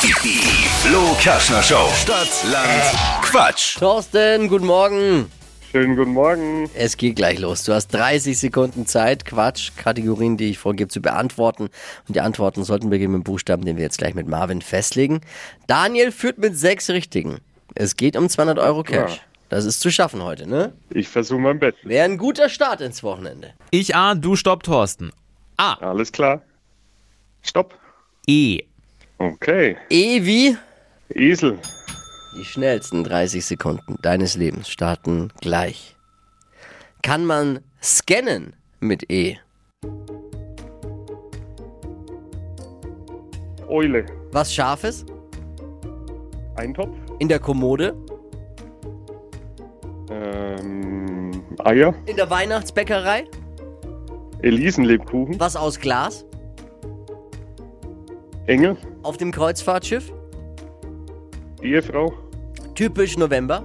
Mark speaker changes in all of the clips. Speaker 1: Die Flo Kaschner Show. Stadt, Land, Quatsch.
Speaker 2: Thorsten, guten Morgen.
Speaker 3: Schönen guten Morgen.
Speaker 2: Es geht gleich los. Du hast 30 Sekunden Zeit, Quatsch, Kategorien, die ich vorgebe, zu beantworten. Und die Antworten sollten beginnen mit dem Buchstaben, den wir jetzt gleich mit Marvin festlegen. Daniel führt mit sechs Richtigen. Es geht um 200 Euro Cash.
Speaker 3: Ja.
Speaker 2: Das ist zu schaffen heute, ne?
Speaker 3: Ich versuche mein Bett.
Speaker 2: Wäre ein guter Start ins Wochenende.
Speaker 4: Ich A, du Stopp Thorsten. A,
Speaker 3: Alles klar. Stopp.
Speaker 4: E,
Speaker 3: Okay.
Speaker 2: E wie?
Speaker 3: Esel.
Speaker 2: Die schnellsten 30 Sekunden deines Lebens starten gleich. Kann man scannen mit E?
Speaker 3: Eule.
Speaker 2: Was Scharfes?
Speaker 3: Eintopf.
Speaker 2: In der Kommode?
Speaker 3: Ähm, Eier.
Speaker 2: In der Weihnachtsbäckerei?
Speaker 3: Elisenlebkuchen.
Speaker 2: Was aus Glas?
Speaker 3: Engel.
Speaker 2: Auf dem Kreuzfahrtschiff?
Speaker 3: Ehefrau.
Speaker 2: Typisch November?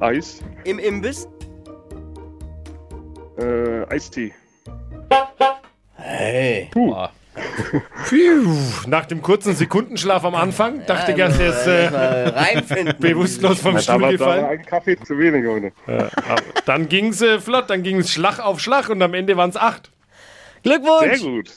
Speaker 3: Eis.
Speaker 2: Im Imbiss?
Speaker 3: Äh, Eistee.
Speaker 2: Hey.
Speaker 5: Nach dem kurzen Sekundenschlaf am Anfang dachte ich erst,
Speaker 2: also,
Speaker 5: er ist äh,
Speaker 2: Mal reinfinden.
Speaker 5: bewusstlos vom
Speaker 3: Da
Speaker 5: Stuhl
Speaker 3: war, da war
Speaker 5: gefallen.
Speaker 3: ein Kaffee zu wenig heute.
Speaker 5: Dann ging's äh, flott, dann ging's Schlag auf Schlag und am Ende waren's acht.
Speaker 3: Sehr
Speaker 2: Glückwunsch!
Speaker 3: gut.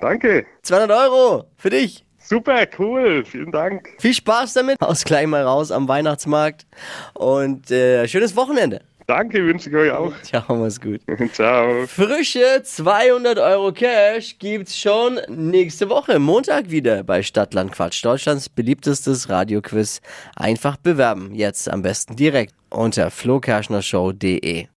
Speaker 3: Danke.
Speaker 2: 200 Euro für dich.
Speaker 3: Super, cool. Vielen Dank.
Speaker 2: Viel Spaß damit. Haus gleich mal raus am Weihnachtsmarkt. Und äh, schönes Wochenende.
Speaker 3: Danke wünsche ich euch auch.
Speaker 2: Ciao, mach's gut.
Speaker 3: Ciao.
Speaker 2: Frische 200 Euro Cash gibt's schon nächste Woche, Montag wieder bei Stadtland Quatsch, Deutschlands beliebtestes Radioquiz. Einfach bewerben, jetzt am besten direkt unter flokerschnershow.de.